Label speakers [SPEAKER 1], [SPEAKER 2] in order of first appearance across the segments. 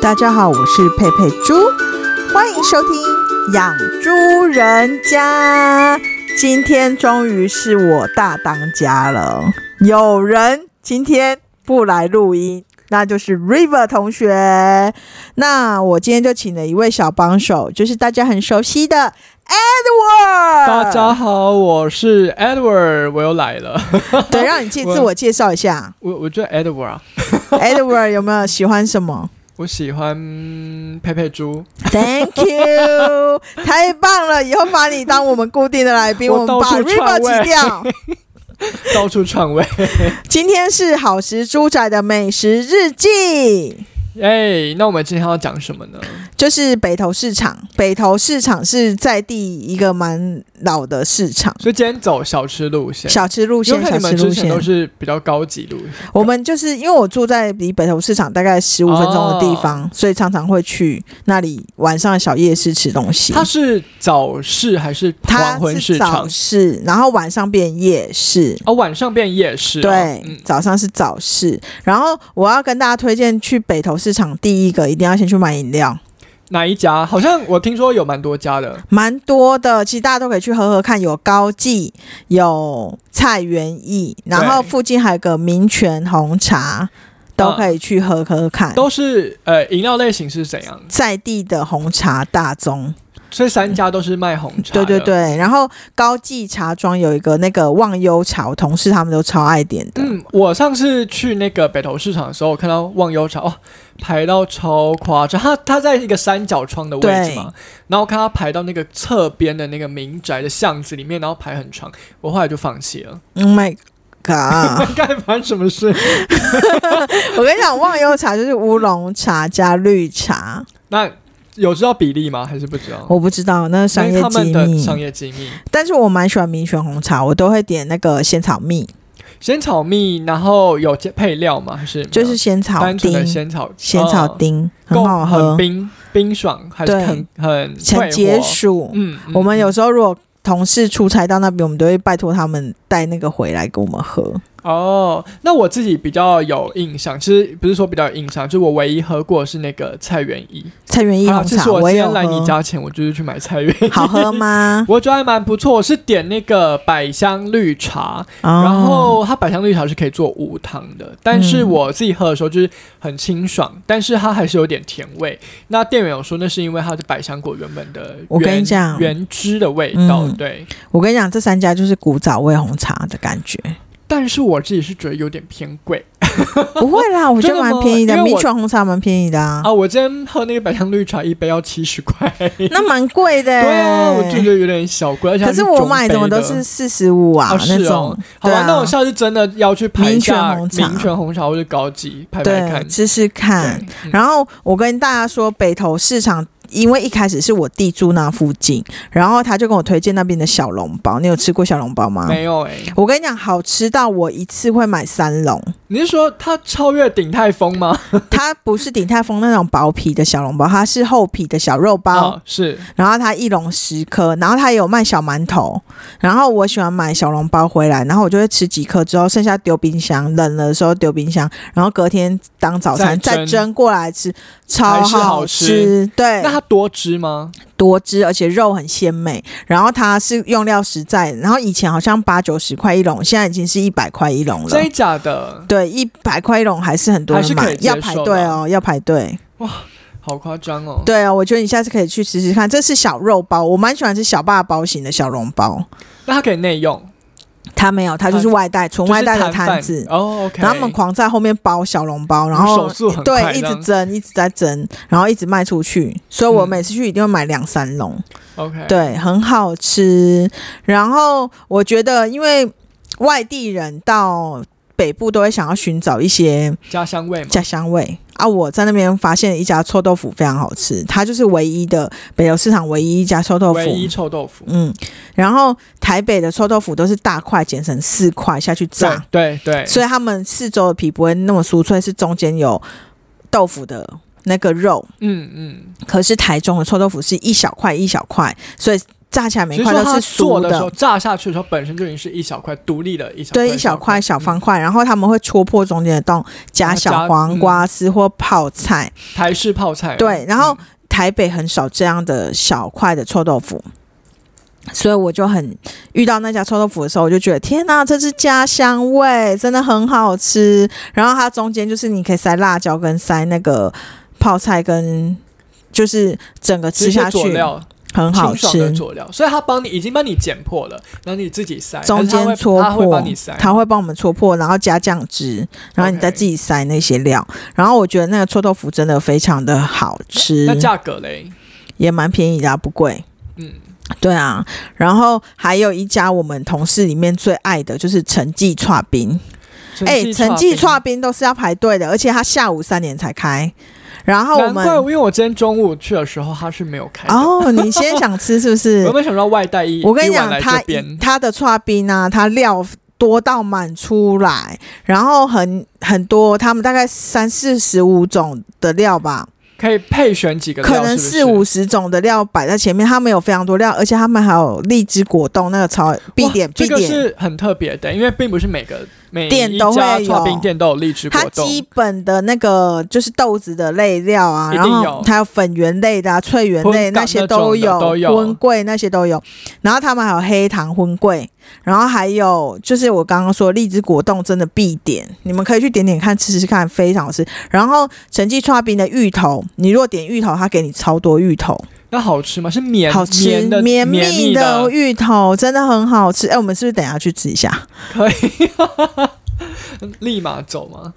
[SPEAKER 1] 大家好，我是佩佩猪，欢迎收听《养猪人家》。今天终于是我大当家了，有人今天不来录音，那就是 River 同学。那我今天就请了一位小帮手，就是大家很熟悉的 Edward。
[SPEAKER 2] 大家好，我是 Edward，我又来了。
[SPEAKER 1] 对，让你介自我介绍一下
[SPEAKER 2] 我我觉得 Edward 啊，
[SPEAKER 1] ，Edward 有没有喜欢什么？
[SPEAKER 2] 我喜欢嗯佩佩猪，
[SPEAKER 1] Thank you，太棒了！以后把你当我们固定的来宾，
[SPEAKER 2] 我
[SPEAKER 1] 我们把
[SPEAKER 2] 到处串
[SPEAKER 1] River
[SPEAKER 2] 位
[SPEAKER 1] 挤掉。
[SPEAKER 2] 到处 串位。
[SPEAKER 1] 今天是好食猪仔的美食日记，
[SPEAKER 2] 哎、那我们今天要讲什么呢？
[SPEAKER 1] 就是北投市场。北投市场是在地一个蛮老的市场，
[SPEAKER 2] 所以今天走小吃路线，
[SPEAKER 1] 小吃路
[SPEAKER 2] 因为
[SPEAKER 1] 线，
[SPEAKER 2] 我看
[SPEAKER 1] 小
[SPEAKER 2] 你
[SPEAKER 1] 吃
[SPEAKER 2] 们
[SPEAKER 1] 路
[SPEAKER 2] 之前都
[SPEAKER 1] 线。
[SPEAKER 2] 是比较高级路线。
[SPEAKER 1] 我们就是因为我住在离北投市场大概十五分钟的地
[SPEAKER 2] 哦
[SPEAKER 1] 方，所以常常会去那里晚上的小夜市吃东西。
[SPEAKER 2] 它是早市还是
[SPEAKER 1] 它
[SPEAKER 2] 黄昏市
[SPEAKER 1] 是早
[SPEAKER 2] 场？
[SPEAKER 1] 市，然后晚上变夜市。
[SPEAKER 2] 哦，晚上变夜市、哦。
[SPEAKER 1] 对，
[SPEAKER 2] 嗯，
[SPEAKER 1] 早上是早市。然后我要跟大家推荐去北投市场，第一个一定要先去买饮料，
[SPEAKER 2] 哪一家？好像我听说有蛮多家的。
[SPEAKER 1] 蛮多的。其实大家都可以去喝喝看，有高记，有菜园艺，然后附近还有个民权红茶，都可以去喝喝看。
[SPEAKER 2] 都是呃，饮料类型是怎样？
[SPEAKER 1] 在地的红茶大宗，
[SPEAKER 2] 所以三家都是卖红茶。
[SPEAKER 1] 对对。对。然后高记茶庄有一个那个忘忧茶，我同事他们都超爱点的。
[SPEAKER 2] 嗯，我上次去那个北投市场的时候，我看到忘忧茶哦，排到超夸张。它它在一个三角窗的位置嘛，然后我看它排到那个侧边的那个民宅的巷子里面，然后排很长。我后来就放弃 了。
[SPEAKER 1] Oh my god！
[SPEAKER 2] 干发生什么事？
[SPEAKER 1] 我跟你讲，忘忧茶就是乌龙茶加绿茶。
[SPEAKER 2] 那有知道比例吗？还是不知道？
[SPEAKER 1] 我不知道那是商
[SPEAKER 2] 哦因为
[SPEAKER 1] 业
[SPEAKER 2] 他们
[SPEAKER 1] 机
[SPEAKER 2] 的商
[SPEAKER 1] 密，
[SPEAKER 2] 业机密，
[SPEAKER 1] 但是我蛮喜欢民权红茶，我都会点那个仙草蜜，
[SPEAKER 2] 嗯仙草蜜，然后有加配料吗？还是
[SPEAKER 1] 就是仙
[SPEAKER 2] 没有
[SPEAKER 1] 草
[SPEAKER 2] 单纯的
[SPEAKER 1] 丁，
[SPEAKER 2] 仙草
[SPEAKER 1] 仙草
[SPEAKER 2] 嗯
[SPEAKER 1] 丁、
[SPEAKER 2] 够
[SPEAKER 1] 很好
[SPEAKER 2] 很
[SPEAKER 1] 喝，
[SPEAKER 2] 冰冰爽，还是
[SPEAKER 1] 对
[SPEAKER 2] 很很
[SPEAKER 1] 很解
[SPEAKER 2] 解
[SPEAKER 1] 暑。
[SPEAKER 2] 嗯，嗯
[SPEAKER 1] 我们
[SPEAKER 2] 嗯
[SPEAKER 1] 有时候如果同事出差到那边，我们都会拜托他们带那个回来给我们喝。
[SPEAKER 2] 哦，那我自己比较有印象，其实不是说比较有印象，就是我唯一喝过的是那个菜园艺。
[SPEAKER 1] 蔡元益
[SPEAKER 2] 啊，
[SPEAKER 1] 红
[SPEAKER 2] 其
[SPEAKER 1] 茶，
[SPEAKER 2] 实我今
[SPEAKER 1] 也
[SPEAKER 2] 天
[SPEAKER 1] 有
[SPEAKER 2] 来你
[SPEAKER 1] 喝，
[SPEAKER 2] 家前，我就是去买菜园。？
[SPEAKER 1] 好喝吗
[SPEAKER 2] 我觉得还蛮不错，我是点那个百香绿茶，然
[SPEAKER 1] 哦
[SPEAKER 2] 后它百香绿茶是可以做无糖的，但是
[SPEAKER 1] 嗯
[SPEAKER 2] 我自己喝的时候就是很清爽，但是它还是有点甜味。那店员有说那是因为它是百香果原本的原，
[SPEAKER 1] 我跟你讲
[SPEAKER 2] 原汁的味道，
[SPEAKER 1] 嗯
[SPEAKER 2] 对。
[SPEAKER 1] 我跟你讲，这三家就是古早味红茶的感 觉，
[SPEAKER 2] 但是我自己是觉得有点偏贵，
[SPEAKER 1] 不会啦，我觉
[SPEAKER 2] 真
[SPEAKER 1] 得
[SPEAKER 2] 的
[SPEAKER 1] 蛮
[SPEAKER 2] 吗
[SPEAKER 1] 便宜的
[SPEAKER 2] 因，为
[SPEAKER 1] 民
[SPEAKER 2] 我
[SPEAKER 1] 权红茶蛮便宜的啊，
[SPEAKER 2] 啊，我今天喝那个百香绿茶一杯要七十 块，
[SPEAKER 1] 那蛮贵的欸。
[SPEAKER 2] 对啊，我就觉得有点小贵，而且它
[SPEAKER 1] 哎可是我买
[SPEAKER 2] 中
[SPEAKER 1] 怎么
[SPEAKER 2] 杯的
[SPEAKER 1] 都是四十五啊、
[SPEAKER 2] 哦是
[SPEAKER 1] 那
[SPEAKER 2] 哦
[SPEAKER 1] 种，
[SPEAKER 2] 好
[SPEAKER 1] 对
[SPEAKER 2] 吧
[SPEAKER 1] 啊，
[SPEAKER 2] 那我下次真的要去排一下
[SPEAKER 1] 民权红茶
[SPEAKER 2] 民权红茶或者高级排排
[SPEAKER 1] 对
[SPEAKER 2] 看，
[SPEAKER 1] 试试看
[SPEAKER 2] 对。嗯
[SPEAKER 1] 然后我跟大家说，北投市场，因为一开始是我弟住那附近，然后他就跟我推荐那边的小笼包。你有吃过小笼包吗？
[SPEAKER 2] 没有哎，
[SPEAKER 1] 我跟你讲，好吃到我一次会买三笼。
[SPEAKER 2] 你是说它超越鼎泰丰吗？
[SPEAKER 1] 它不是鼎泰丰那种薄皮的小笼包，它是厚皮的小肉包。
[SPEAKER 2] 哦，是
[SPEAKER 1] 然后它一笼十颗，然后它也有卖小馒头，然后我喜欢买小笼包回来，然后我就会吃几颗之后，剩下丢冰箱，冷了的时候丢冰箱，然后隔天当早餐
[SPEAKER 2] 再
[SPEAKER 1] 再
[SPEAKER 2] 蒸
[SPEAKER 1] 蒸过来吃，超
[SPEAKER 2] 还是好
[SPEAKER 1] 吃，
[SPEAKER 2] 吃
[SPEAKER 1] 对
[SPEAKER 2] 那，它多汁吗？
[SPEAKER 1] 多汁而且肉很鲜美，然后它是用料实在，然后以前好像八九十块一笼，现在已经是一百块一笼了
[SPEAKER 2] 真。的假的？
[SPEAKER 1] 对，一百块一笼还是很多
[SPEAKER 2] 还
[SPEAKER 1] 人
[SPEAKER 2] 是可
[SPEAKER 1] 买
[SPEAKER 2] 以，接
[SPEAKER 1] 要排
[SPEAKER 2] 受
[SPEAKER 1] 队
[SPEAKER 2] 的
[SPEAKER 1] 哦，要排队。
[SPEAKER 2] 好夸张哦！
[SPEAKER 1] 对啊，我觉得你下次可以去试试看，这是小肉包，我蛮喜欢吃小霸包型的小笼包。
[SPEAKER 2] 那它可以内用，
[SPEAKER 1] 他没有，他就是外带，纯外带的摊
[SPEAKER 2] 就
[SPEAKER 1] 子
[SPEAKER 2] 是摊贩。哦，OK。
[SPEAKER 1] 然后他们狂在后面包小笼包，然后
[SPEAKER 2] 手速很快
[SPEAKER 1] 对一
[SPEAKER 2] 这
[SPEAKER 1] 直
[SPEAKER 2] 样
[SPEAKER 1] 蒸，一直在蒸，然后一直卖出去。所以我
[SPEAKER 2] 嗯
[SPEAKER 1] 每次去一定会买两三笼，
[SPEAKER 2] OK，
[SPEAKER 1] 对，很好吃。然后我觉得，因为外地人到北部都会想要寻找一些
[SPEAKER 2] 家乡味嘛，
[SPEAKER 1] 家乡味啊，我在那边发现一家臭豆腐非常好吃，它就是唯一的北流市场唯一一家臭豆腐，
[SPEAKER 2] 唯一臭豆腐。
[SPEAKER 1] 嗯，然后台北的臭豆腐都是大块剪成四块下去
[SPEAKER 2] 对
[SPEAKER 1] 炸，
[SPEAKER 2] 对对，
[SPEAKER 1] 所以他们四周的皮不会那么酥脆，是中间有豆腐的那个肉。
[SPEAKER 2] 嗯嗯，
[SPEAKER 1] 可是台中的臭豆腐是一小块一小块，所以炸起来每
[SPEAKER 2] 所以
[SPEAKER 1] 块
[SPEAKER 2] 说
[SPEAKER 1] 都
[SPEAKER 2] 它
[SPEAKER 1] 是
[SPEAKER 2] 做
[SPEAKER 1] 酥
[SPEAKER 2] 的时候，炸下去的时候本身就已经是一小块独立的一小
[SPEAKER 1] 对，一小块小方块，然后他们会戳破中间的洞，加
[SPEAKER 2] 嗯然后
[SPEAKER 1] 小
[SPEAKER 2] 加嗯
[SPEAKER 1] 黄瓜丝或泡菜。
[SPEAKER 2] 台式泡菜。
[SPEAKER 1] 对，然后
[SPEAKER 2] 嗯
[SPEAKER 1] 台北很少这样的小块的臭豆腐，所以我就很遇到那家臭豆腐的时候，我就觉得天哪，这是家乡味，真的很好吃。然后它中间就是你可以塞辣椒跟塞那个泡菜跟。就是整个吃
[SPEAKER 2] 直
[SPEAKER 1] 下
[SPEAKER 2] 接佐
[SPEAKER 1] 去
[SPEAKER 2] 料，
[SPEAKER 1] 很好
[SPEAKER 2] 清爽的
[SPEAKER 1] 吃，
[SPEAKER 2] 佐料，所以它帮你已经帮你剪破了，然后你自己塞，
[SPEAKER 1] 中间
[SPEAKER 2] 哎但是它
[SPEAKER 1] 戳
[SPEAKER 2] 会它会
[SPEAKER 1] 破
[SPEAKER 2] 帮你塞，
[SPEAKER 1] 它会帮我们戳破，然后加酱汁，然后你再
[SPEAKER 2] OK
[SPEAKER 1] 自己塞那些料。然后我觉得那个臭豆腐真的非常的好吃，
[SPEAKER 2] 那价格嘞，
[SPEAKER 1] 也蛮便宜的、啊，不贵。
[SPEAKER 2] 嗯，
[SPEAKER 1] 对啊，然后还有一家我们同事里面最爱的就是陈记串冰，哎，陈记
[SPEAKER 2] 串
[SPEAKER 1] 串冰都是要排队的，而且他下午三点才开。然后我
[SPEAKER 2] 难
[SPEAKER 1] 们
[SPEAKER 2] 怪，因为我今天中午去的时候它是没有开的。
[SPEAKER 1] 哦，你先想吃是不
[SPEAKER 2] 我
[SPEAKER 1] 是
[SPEAKER 2] 有？ 没有想到外带一？
[SPEAKER 1] 我跟你
[SPEAKER 2] 一碗
[SPEAKER 1] 讲，
[SPEAKER 2] 来
[SPEAKER 1] 他
[SPEAKER 2] 这边
[SPEAKER 1] 他的串冰啊，他料多到满出来，然后很很多，他们大概三四十五种的料吧，
[SPEAKER 2] 可以配选几个料，
[SPEAKER 1] 可能
[SPEAKER 2] 是不
[SPEAKER 1] 四
[SPEAKER 2] 是
[SPEAKER 1] 五十种的料摆在前面，他们有非常多料，而且他们还有荔枝果冻那个超必
[SPEAKER 2] 哇
[SPEAKER 1] 点必
[SPEAKER 2] 这个
[SPEAKER 1] 点。
[SPEAKER 2] 是很特别的，因为并不是每个每
[SPEAKER 1] 店
[SPEAKER 2] 一
[SPEAKER 1] 都会
[SPEAKER 2] 家
[SPEAKER 1] 有
[SPEAKER 2] 刨冰店都有荔枝果
[SPEAKER 1] 它
[SPEAKER 2] 冻，
[SPEAKER 1] 基本的那个就是豆子的类料啊，
[SPEAKER 2] 一
[SPEAKER 1] 然
[SPEAKER 2] 定有
[SPEAKER 1] 后还有粉圆类的、啊、脆圆类
[SPEAKER 2] 荤港
[SPEAKER 1] 那些
[SPEAKER 2] 那种的
[SPEAKER 1] 有，
[SPEAKER 2] 都有
[SPEAKER 1] 荤桂那些都有。然后他们还有黑糖荤桂，然后还有就是我刚刚说荔枝果冻真的必点，你们可以去点点看，吃吃看，非常好吃。然后陈记串冰的芋头，你如果点芋头，它给你超多芋头，
[SPEAKER 2] 那好吃吗？是绵
[SPEAKER 1] 好吃，
[SPEAKER 2] 绵的
[SPEAKER 1] 绵
[SPEAKER 2] 密
[SPEAKER 1] 密的芋头真的很好吃。哎，我们是不是等一下去吃一 下？
[SPEAKER 2] 可以。立马走吗？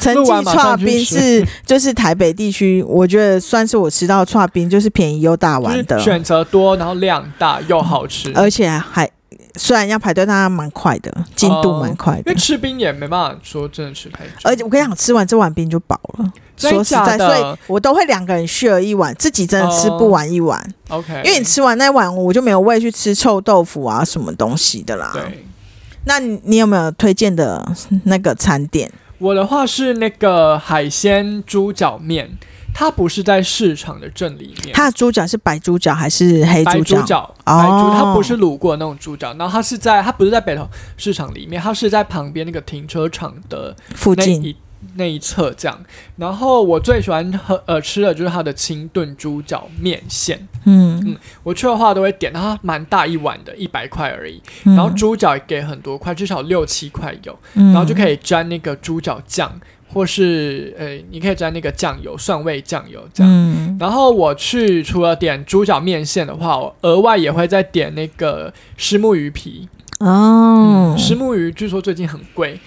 [SPEAKER 1] 陈
[SPEAKER 2] 录
[SPEAKER 1] 记
[SPEAKER 2] 完马
[SPEAKER 1] 串
[SPEAKER 2] 上去
[SPEAKER 1] 冰
[SPEAKER 2] 吃
[SPEAKER 1] 是就是台北地区，我觉得算是我吃到串冰就是便宜又大碗
[SPEAKER 2] 就
[SPEAKER 1] 的嗯
[SPEAKER 2] 是， 选择多，然后量大又好吃。
[SPEAKER 1] 而且还虽然要排队，但它蛮快的，
[SPEAKER 2] 哦
[SPEAKER 1] 进度蛮快
[SPEAKER 2] 因
[SPEAKER 1] 的
[SPEAKER 2] 为。吃冰也没办法说真的吃太久，
[SPEAKER 1] 而且我跟你讲，吃完这碗冰就饱了。
[SPEAKER 2] 真
[SPEAKER 1] 说
[SPEAKER 2] 的
[SPEAKER 1] 实在，
[SPEAKER 2] 假的
[SPEAKER 1] 所以我都会两个人 share 一碗，自己真的吃不完一碗，
[SPEAKER 2] ，OK，
[SPEAKER 1] 因为你吃完那碗，我就没有胃去吃臭豆腐啊什么东西的啦。
[SPEAKER 2] 对
[SPEAKER 1] 那你你有没有推荐的那个餐点？
[SPEAKER 2] 我的话是那个海鲜猪脚面，它不是在市场的正里面，
[SPEAKER 1] 它的猪脚是白猪脚还是黑
[SPEAKER 2] 白
[SPEAKER 1] 猪
[SPEAKER 2] 猪
[SPEAKER 1] 脚？
[SPEAKER 2] 脚，
[SPEAKER 1] 哦
[SPEAKER 2] 白猪，它不是卤过的那种猪脚，然后它是在它不是在北投市场里面，它是在旁边那个停车场的
[SPEAKER 1] 附
[SPEAKER 2] 那
[SPEAKER 1] 近
[SPEAKER 2] 一那一侧这样。然后我最喜欢喝呃吃的就是它的清炖猪脚面线，
[SPEAKER 1] 嗯，
[SPEAKER 2] 我去的话都会点，它蛮大一碗的，一百块而已。
[SPEAKER 1] 然
[SPEAKER 2] 然后猪脚也给很多块，至少六七块有，
[SPEAKER 1] 然
[SPEAKER 2] 然后就
[SPEAKER 1] 以
[SPEAKER 2] 可以沾那个猪脚酱，或是呃你可以沾那个酱油蒜味酱油这样。
[SPEAKER 1] 嗯
[SPEAKER 2] 然后我去除了点猪脚面线的话，我额外也会再点那个石目鱼皮。
[SPEAKER 1] 哦
[SPEAKER 2] 嗯，，石目鱼据说最近很贵，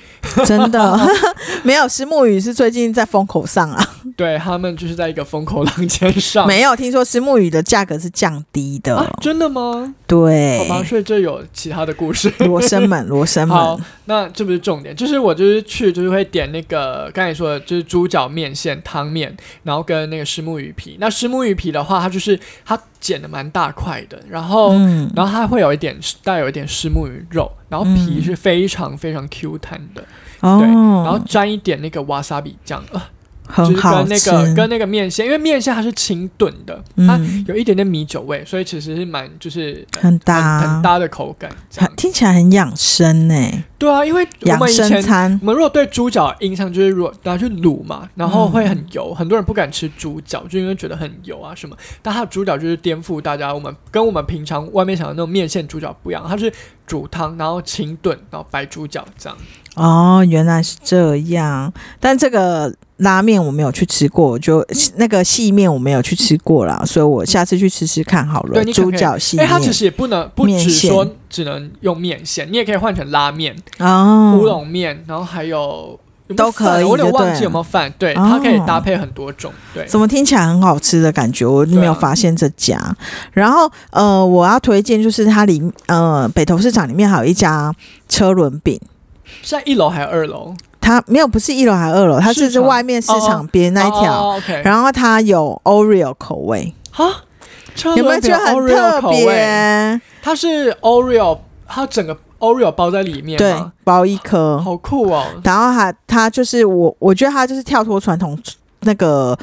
[SPEAKER 1] 真的 没有石木鱼是最近在风口上啊，
[SPEAKER 2] 对他们就是在一个风口浪尖上。
[SPEAKER 1] 没有听说石木鱼的价格是降低的，
[SPEAKER 2] 啊，真的吗？好
[SPEAKER 1] 对，
[SPEAKER 2] 吧，所以这有其他的故事。
[SPEAKER 1] 罗生 门，罗生
[SPEAKER 2] 好
[SPEAKER 1] 门，，
[SPEAKER 2] 那这不是重点，就是我就是去就是会点那个刚才说的就是猪脚面线汤面，然后跟那个石目鱼皮。那石目鱼皮的话，它就是它剪的蛮大块的，然后、
[SPEAKER 1] 嗯，
[SPEAKER 2] 哦然后它会有一点带有一点石目鱼肉，然后皮是非常非常 Q 弹的，
[SPEAKER 1] 哦，
[SPEAKER 2] 对，然后沾一点那个瓦萨比酱，呃，
[SPEAKER 1] 很
[SPEAKER 2] 就是
[SPEAKER 1] 好
[SPEAKER 2] 跟那
[SPEAKER 1] 吃，
[SPEAKER 2] 个跟啊那个面线，因为面线它是清炖的，它
[SPEAKER 1] 嗯，
[SPEAKER 2] 有一点点米酒味，所以其实是蛮就是呃
[SPEAKER 1] 很
[SPEAKER 2] 很
[SPEAKER 1] 搭
[SPEAKER 2] 很，搭的口感，这
[SPEAKER 1] 很
[SPEAKER 2] 样
[SPEAKER 1] 听起来很养生呢，
[SPEAKER 2] 对啊，因为我
[SPEAKER 1] 养
[SPEAKER 2] 们以
[SPEAKER 1] 生
[SPEAKER 2] 前。
[SPEAKER 1] 餐
[SPEAKER 2] 我们如果对猪脚的印象就是，如果拿去卤嘛，然后会很油，
[SPEAKER 1] 嗯
[SPEAKER 2] 很多人不敢吃猪脚，就因为觉得很油啊什么。但它的猪脚就是颠覆大家，我们跟我们平常外面想的那种面线猪脚不一样，它是煮汤，然后清炖，然后白猪脚这样。
[SPEAKER 1] 哦，原来是这样，但这个。拉面我没有去吃过，我就那个细面我没有去吃过啦，所以我下次去吃吃看好了。
[SPEAKER 2] 对你可
[SPEAKER 1] 猪
[SPEAKER 2] 不可以
[SPEAKER 1] 脚细
[SPEAKER 2] 哎，
[SPEAKER 1] 面，
[SPEAKER 2] 它其实也不能不
[SPEAKER 1] 面
[SPEAKER 2] 只
[SPEAKER 1] 线
[SPEAKER 2] 说只能用面线，你也可以换成拉面、
[SPEAKER 1] 哦，
[SPEAKER 2] 乌龙面，然后还有。有没有
[SPEAKER 1] 都可
[SPEAKER 2] 饭啊
[SPEAKER 1] 以
[SPEAKER 2] 我有
[SPEAKER 1] 就
[SPEAKER 2] 点忘
[SPEAKER 1] 对
[SPEAKER 2] 记有没有饭，对，
[SPEAKER 1] 哦
[SPEAKER 2] 它可以搭配很多种，对，
[SPEAKER 1] 怎么听起来很好吃的感觉？我没有
[SPEAKER 2] 啊
[SPEAKER 1] 发现这家。然后呃，我要推荐就是它里呃北投市场里面还有一家车轮饼，
[SPEAKER 2] 是在一楼还是二楼？
[SPEAKER 1] 它没有不是一楼还是二楼，它是
[SPEAKER 2] 市
[SPEAKER 1] 在
[SPEAKER 2] 场
[SPEAKER 1] 外面市场边那一条。
[SPEAKER 2] 哦，OK，
[SPEAKER 1] 然后它有 Oreo 口味，
[SPEAKER 2] 啊，车
[SPEAKER 1] 有没有
[SPEAKER 2] 轮
[SPEAKER 1] 觉得
[SPEAKER 2] 饼
[SPEAKER 1] 很
[SPEAKER 2] Oreo
[SPEAKER 1] 特
[SPEAKER 2] 口味？
[SPEAKER 1] 别？
[SPEAKER 2] 它是 Oreo，它整个 Oreo 包在里面
[SPEAKER 1] 对
[SPEAKER 2] 吗，
[SPEAKER 1] 包一颗，
[SPEAKER 2] 好酷哦！
[SPEAKER 1] 然后它它就是我，我觉得它就是跳脱传统那个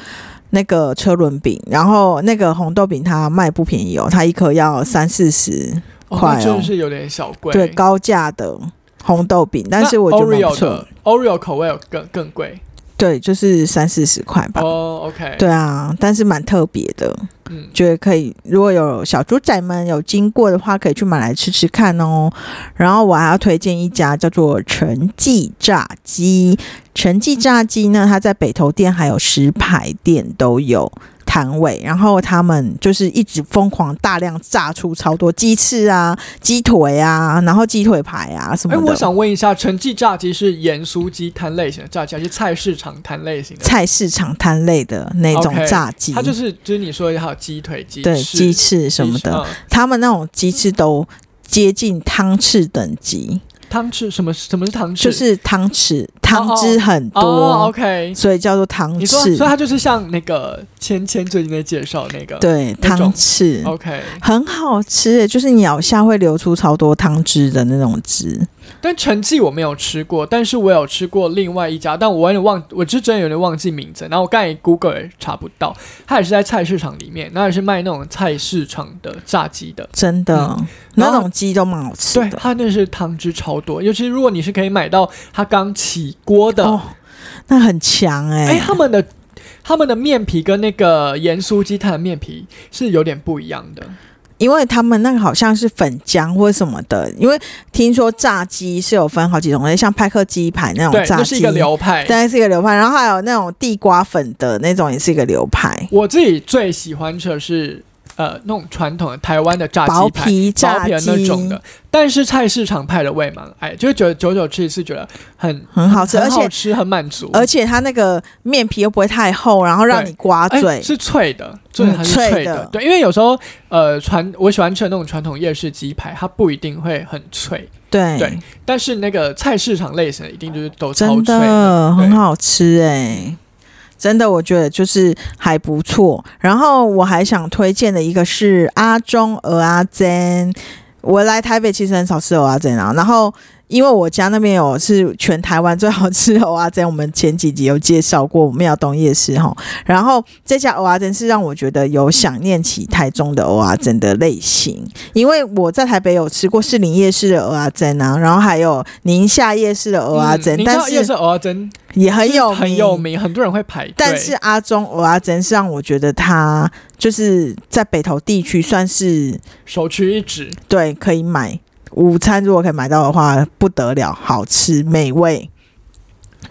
[SPEAKER 1] 那个车轮饼，然后那个红豆饼它卖不便宜哦，它一颗要三四十
[SPEAKER 2] 哦
[SPEAKER 1] 快
[SPEAKER 2] 那
[SPEAKER 1] 哦
[SPEAKER 2] 真的是有点小贵。
[SPEAKER 1] 对，高价的红豆饼，但
[SPEAKER 2] 那
[SPEAKER 1] 是我觉得蛮不
[SPEAKER 2] Oreo
[SPEAKER 1] 错
[SPEAKER 2] 的，Oreo 口味有更更贵
[SPEAKER 1] 对，就是三四十块吧。
[SPEAKER 2] 哦。OK，，
[SPEAKER 1] 对啊，但是蛮特别的，
[SPEAKER 2] 嗯，
[SPEAKER 1] 觉得可以。如果有小猪仔们有经过的话，可以去买来吃吃看哦。然后我还要推荐一家叫做陈记炸鸡。陈记炸鸡呢，它在北投店还有石牌店都有摊位。然后他们就是一直疯狂大量炸出超多鸡翅啊、鸡腿啊，然后鸡腿排啊什么
[SPEAKER 2] 哎，
[SPEAKER 1] 的。
[SPEAKER 2] 我想问一下，陈记炸鸡是盐酥鸡摊类型的炸鸡，还是菜市场摊类型的？
[SPEAKER 1] 菜市场摊类的那种
[SPEAKER 2] OK，
[SPEAKER 1] 炸鸡
[SPEAKER 2] 它就是就是你说的还有鸡腿、鸡
[SPEAKER 1] 对
[SPEAKER 2] 翅
[SPEAKER 1] 鸡翅什么的，，
[SPEAKER 2] 嗯
[SPEAKER 1] 他们那种鸡翅都接近汤匙等级，
[SPEAKER 2] 汤匙什么什么是汤匙？
[SPEAKER 1] 就是汤匙汤汁很多，
[SPEAKER 2] 哦，OK，
[SPEAKER 1] 所以叫做汤
[SPEAKER 2] 你说，所以
[SPEAKER 1] 匙。
[SPEAKER 2] 它就是像那个芊芊最近在介绍那个，
[SPEAKER 1] 对，
[SPEAKER 2] 那种
[SPEAKER 1] 汤
[SPEAKER 2] 哦
[SPEAKER 1] 匙、
[SPEAKER 2] ，OK。
[SPEAKER 1] 很好吃耶，就是你咬下会流出超多汤汁的那种汁。
[SPEAKER 2] 但陈记我没有吃过，但是我有吃过另外一家，但我有点忘，我是真的有点忘记名字。然后我刚才 Google 也查不到，它也是在菜市场里面，那也是卖那种菜市场的炸鸡的。
[SPEAKER 1] 真的，
[SPEAKER 2] 嗯然
[SPEAKER 1] 那
[SPEAKER 2] 后
[SPEAKER 1] 种鸡都蛮好吃
[SPEAKER 2] 对，
[SPEAKER 1] 的。
[SPEAKER 2] 它那是汤汁超多，尤其如果你是可以买到它刚起锅的，
[SPEAKER 1] 哦，那很强哎、
[SPEAKER 2] 哎、他们的他们的面皮跟那个盐酥鸡摊的面皮是有点不一样的。
[SPEAKER 1] 因为他们那个好像是粉浆或什么的，因为听说炸鸡是有分好几种类，像派克鸡排那
[SPEAKER 2] 对
[SPEAKER 1] 种，炸
[SPEAKER 2] 这是
[SPEAKER 1] 鸡，
[SPEAKER 2] 一个流派。
[SPEAKER 1] 对，是一个流派，然后还有那种地瓜粉的那种也是一个流派，
[SPEAKER 2] 我自己最喜欢吃的是呃那种传统的台湾的炸
[SPEAKER 1] 薄
[SPEAKER 2] 鸡排。
[SPEAKER 1] 皮
[SPEAKER 2] 薄
[SPEAKER 1] 炸
[SPEAKER 2] 皮
[SPEAKER 1] 鸡
[SPEAKER 2] 的那种的，但是菜市场派的我也蛮爱，就觉得久久吃一次觉得很
[SPEAKER 1] 很好哦吃，而
[SPEAKER 2] 很好
[SPEAKER 1] 且
[SPEAKER 2] 吃，很满足，
[SPEAKER 1] 而且它那个面皮又不会太厚，然后让
[SPEAKER 2] 对
[SPEAKER 1] 你刮
[SPEAKER 2] 哎
[SPEAKER 1] 嘴，嗯
[SPEAKER 2] 是脆的，真的它是
[SPEAKER 1] 脆
[SPEAKER 2] 脆
[SPEAKER 1] 的
[SPEAKER 2] 对，因为有时候呃传我喜欢吃的那种传统夜市鸡排，它不一定会很脆，
[SPEAKER 1] 对，
[SPEAKER 2] 对但是那个菜市场类型的一定就是都超
[SPEAKER 1] 真
[SPEAKER 2] 脆
[SPEAKER 1] 的很
[SPEAKER 2] 对
[SPEAKER 1] 好吃哎、真的我觉得就是还不错。然后我还想推荐的一个是阿中鹅阿珍，我来台北其实很少吃鹅阿珍啊，然后。因为我家那边有是全台湾最好吃的蚵仔煎，我们前几集有介绍过庙东夜市哈。然后这家蚵仔煎是让我觉得有想念起台中的蚵仔煎的类型，因为我在台北有吃过士林夜市的蚵仔煎啊，然后还有宁夏夜市的蚵仔煎，
[SPEAKER 2] 嗯你知
[SPEAKER 1] 但
[SPEAKER 2] 道夜
[SPEAKER 1] 是
[SPEAKER 2] 市蚵仔煎
[SPEAKER 1] 也很
[SPEAKER 2] 就是
[SPEAKER 1] 有名
[SPEAKER 2] 很有名，很多人会排队，
[SPEAKER 1] 但是阿中蚵仔煎是让我觉得它就是在北投地区算是
[SPEAKER 2] 首屈一指。
[SPEAKER 1] 对可以买午餐，如果可以买到的话不得了，好吃美味。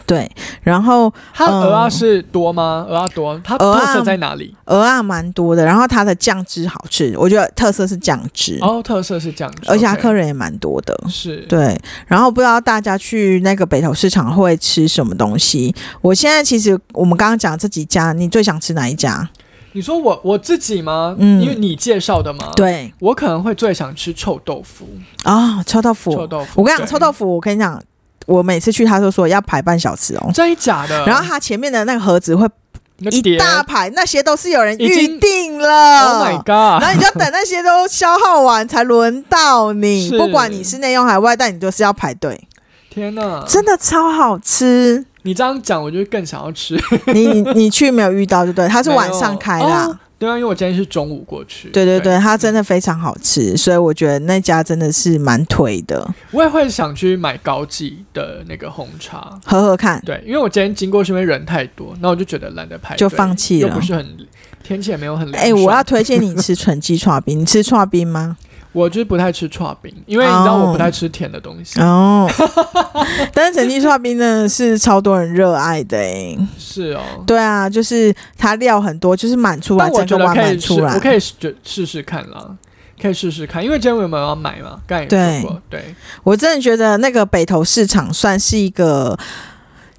[SPEAKER 1] 对，然后
[SPEAKER 2] 它
[SPEAKER 1] 嗯
[SPEAKER 2] 鹅啊是多吗？鹅啊多，它
[SPEAKER 1] 蚵
[SPEAKER 2] 特
[SPEAKER 1] 仔
[SPEAKER 2] 色在哪里？
[SPEAKER 1] 鹅啊蛮多的，然后它的酱汁好吃，我觉得特色是酱汁，
[SPEAKER 2] 哦，特色是这样子，
[SPEAKER 1] 嗯而且它
[SPEAKER 2] OK
[SPEAKER 1] 客人也蛮多的。
[SPEAKER 2] 是
[SPEAKER 1] 对，然后不知道大家去那个北投市场会吃什么东西？我现在其实我们刚刚讲这几家，你最想吃哪一家？
[SPEAKER 2] 你说我我自己吗？
[SPEAKER 1] 嗯
[SPEAKER 2] 因为你介绍的嘛。，
[SPEAKER 1] 对
[SPEAKER 2] 我可能会最想吃臭豆腐。
[SPEAKER 1] 啊、臭豆腐，
[SPEAKER 2] 臭豆腐，
[SPEAKER 1] 我跟你讲，臭豆
[SPEAKER 2] 腐
[SPEAKER 1] 腐，我跟你讲，我每次去他都说要排半小时哦。
[SPEAKER 2] 真的假的？
[SPEAKER 1] 然后他前面的那个盒子会
[SPEAKER 2] 那
[SPEAKER 1] 一
[SPEAKER 2] 碟
[SPEAKER 1] 大排，那些都是有人
[SPEAKER 2] 已经
[SPEAKER 1] 预定
[SPEAKER 2] Oh
[SPEAKER 1] 了。
[SPEAKER 2] my god！
[SPEAKER 1] 然后你就等那些都消耗完才轮到你，
[SPEAKER 2] 是
[SPEAKER 1] 不管你是内用海外，但你就是要排队，
[SPEAKER 2] 天哪！
[SPEAKER 1] 真的超好吃。
[SPEAKER 2] 你这样讲，我就更想要吃。
[SPEAKER 1] 你 你你去没有遇到，对不对？它
[SPEAKER 2] 它
[SPEAKER 1] 是晚上开啦，
[SPEAKER 2] 对啊，因为我今天是中午过去。
[SPEAKER 1] 对对对，它真的非常好吃，所以我觉得那家真的是蛮推的，
[SPEAKER 2] 我也会想去买高级的那个红茶。
[SPEAKER 1] 喝喝看。
[SPEAKER 2] 对，因为我今天经过是因为人太多，那我就觉得懒得排队，
[SPEAKER 1] 就放弃了
[SPEAKER 2] 又不是很天气也没有很凉
[SPEAKER 1] 哎、
[SPEAKER 2] 爽。
[SPEAKER 1] 我要推荐你吃纯鸡串冰，你吃串冰吗？
[SPEAKER 2] 我就是不太吃串冰，因为你知道
[SPEAKER 1] 哦
[SPEAKER 2] 我不太吃甜的东西。
[SPEAKER 1] 哦，但是陈记串冰真的是超多人热爱的哎诶、
[SPEAKER 2] 是哦，
[SPEAKER 1] 对啊，就是它料很多，就是满出来，
[SPEAKER 2] 但我
[SPEAKER 1] 整
[SPEAKER 2] 觉
[SPEAKER 1] 个
[SPEAKER 2] 得
[SPEAKER 1] 碗
[SPEAKER 2] 可
[SPEAKER 1] 满
[SPEAKER 2] 以试，
[SPEAKER 1] 出来
[SPEAKER 2] 我。可以试试试看啦，可以试试看，因为今天我有没有要买嘛？刚才也说过，对，
[SPEAKER 1] 我真的觉得那个北投市场算是一个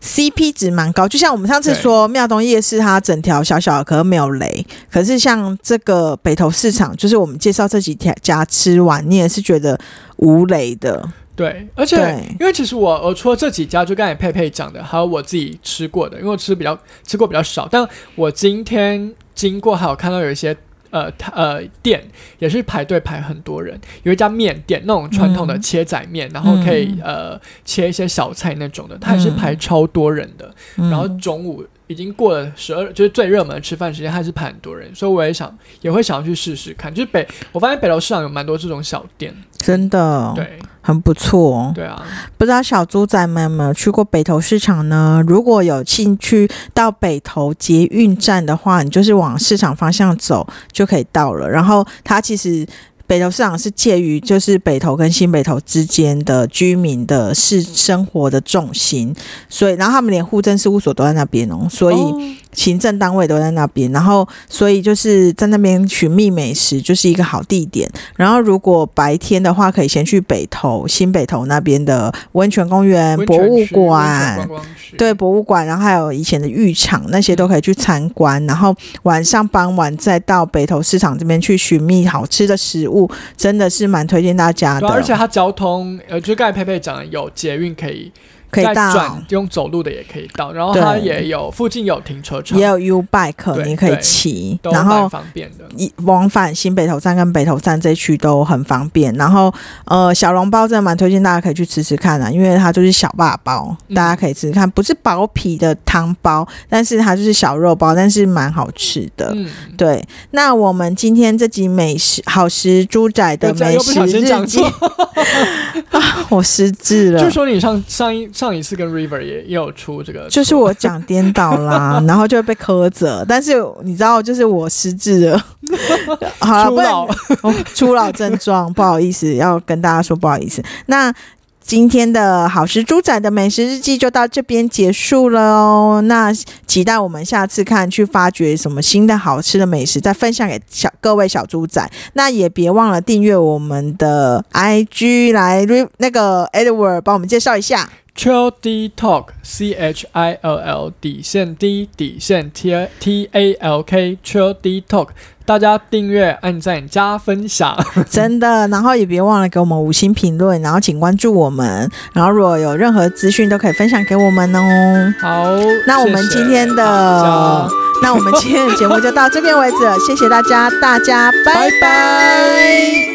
[SPEAKER 1] CP 值蛮高，就像我们上次
[SPEAKER 2] 对
[SPEAKER 1] 说庙东夜市，它整条小小的，可是没有雷。可是像这个北投市场，就是我们介绍这几条家吃完，你也是觉得无雷的，
[SPEAKER 2] 对，而且
[SPEAKER 1] 对。
[SPEAKER 2] 因为其实我我除了这几家，就刚才佩佩讲的，还有我自己吃过的，因为我吃比较吃过比较少，但我今天经过还有看到有一些。呃，它呃，店也是排队排很多人。有一家面店，那种传统的
[SPEAKER 1] 嗯
[SPEAKER 2] 切仔面，然后可以呃切一些小菜那种的，它也是
[SPEAKER 1] 嗯
[SPEAKER 2] 排超多人的。
[SPEAKER 1] 嗯
[SPEAKER 2] 然后中午已经过了十二，就是最热门的吃饭时间，还是排很多人，所以我也想也会想要去试试看。就是北，我发现北楼市场有蛮多这种小店，
[SPEAKER 1] 真的，
[SPEAKER 2] 对
[SPEAKER 1] 很不错。哦
[SPEAKER 2] 对啊，
[SPEAKER 1] 不知道小猪仔们有没有去过北投市场呢？如果有兴趣到北投捷运站的话，你就是往市场方向走就可以到了。然后它其实。北投市场是介于就是北投跟新北投之间的居民的是生活的重心，所以然后他们连户政事务所都在那边哦，所以
[SPEAKER 2] 哦
[SPEAKER 1] 行政单位都在那边，然后所以就是在那边寻觅美食就是一个好地点。然后如果白天的话，可以先去北投、新北投那边的温泉公园、
[SPEAKER 2] 温
[SPEAKER 1] 博
[SPEAKER 2] 泉
[SPEAKER 1] 物
[SPEAKER 2] 区温泉观
[SPEAKER 1] 馆。
[SPEAKER 2] 光区，
[SPEAKER 1] 对博物馆，然后还有以前的浴场那些都可以去参观，
[SPEAKER 2] 嗯
[SPEAKER 1] 然后晚上傍晚再到北投市场这边去寻觅好吃的食物，真的是蛮推荐大家
[SPEAKER 2] 对
[SPEAKER 1] 的。
[SPEAKER 2] 啊、而且它交通，呃，就刚才佩佩讲的有捷运可以
[SPEAKER 1] 可
[SPEAKER 2] 再
[SPEAKER 1] 以到
[SPEAKER 2] 转，用走路的也可以到，然后它
[SPEAKER 1] 对
[SPEAKER 2] 也有附近有停车场，
[SPEAKER 1] 也有 U bike
[SPEAKER 2] 对
[SPEAKER 1] 你可以
[SPEAKER 2] 对
[SPEAKER 1] 骑，
[SPEAKER 2] 都
[SPEAKER 1] 然
[SPEAKER 2] 蛮
[SPEAKER 1] 后
[SPEAKER 2] 方便的。
[SPEAKER 1] 一往返新北投站跟北投站这一区都很方便。然后呃，小笼包真的蛮推荐大家可以去吃吃看的、啊因为它就是小霸包，
[SPEAKER 2] 嗯
[SPEAKER 1] 大家可以吃吃看，不是薄皮的汤包，但是它就是小肉包，但是蛮好吃的。
[SPEAKER 2] 嗯，
[SPEAKER 1] 对，那我们今天这集美食好食猪仔
[SPEAKER 2] 我
[SPEAKER 1] 的
[SPEAKER 2] 这样
[SPEAKER 1] 美
[SPEAKER 2] 又不
[SPEAKER 1] 食
[SPEAKER 2] 小心
[SPEAKER 1] 日
[SPEAKER 2] 讲
[SPEAKER 1] 记，
[SPEAKER 2] 错，
[SPEAKER 1] 我失智了
[SPEAKER 2] 就。说你上上一上一次跟 River 也也有出这个，
[SPEAKER 1] 就是我讲颠倒 啦，然后就会被苛责。但是你知道，就是我失智了。 好了，
[SPEAKER 2] 初
[SPEAKER 1] 不然
[SPEAKER 2] 老
[SPEAKER 1] 哦初老症状，不好意思，要跟大家说不好意思。那今天的好食猪仔的美食日记就到这边结束了哦。那期待我们下次看去发掘什么新的好吃的美食，再分享给小各位小猪仔。那也别忘了订阅我们的 IG 来那个 Edward 帮我们介绍一下。
[SPEAKER 2] Chill D Talk C H I L L 底线 D 底线 T T A L K Chill D Talk，大家订阅、按赞、加分享。
[SPEAKER 1] 真的，然后也别忘了给我们五星评论，然后请关注我们，然后如果有任何资讯都可以分享给我们哦。
[SPEAKER 2] 好，
[SPEAKER 1] 那我
[SPEAKER 2] 谢
[SPEAKER 1] 们
[SPEAKER 2] 谢
[SPEAKER 1] 今天
[SPEAKER 2] 大
[SPEAKER 1] 的
[SPEAKER 2] 家，
[SPEAKER 1] 那我们今天的节目就到这边为止了，谢谢大家，大家拜拜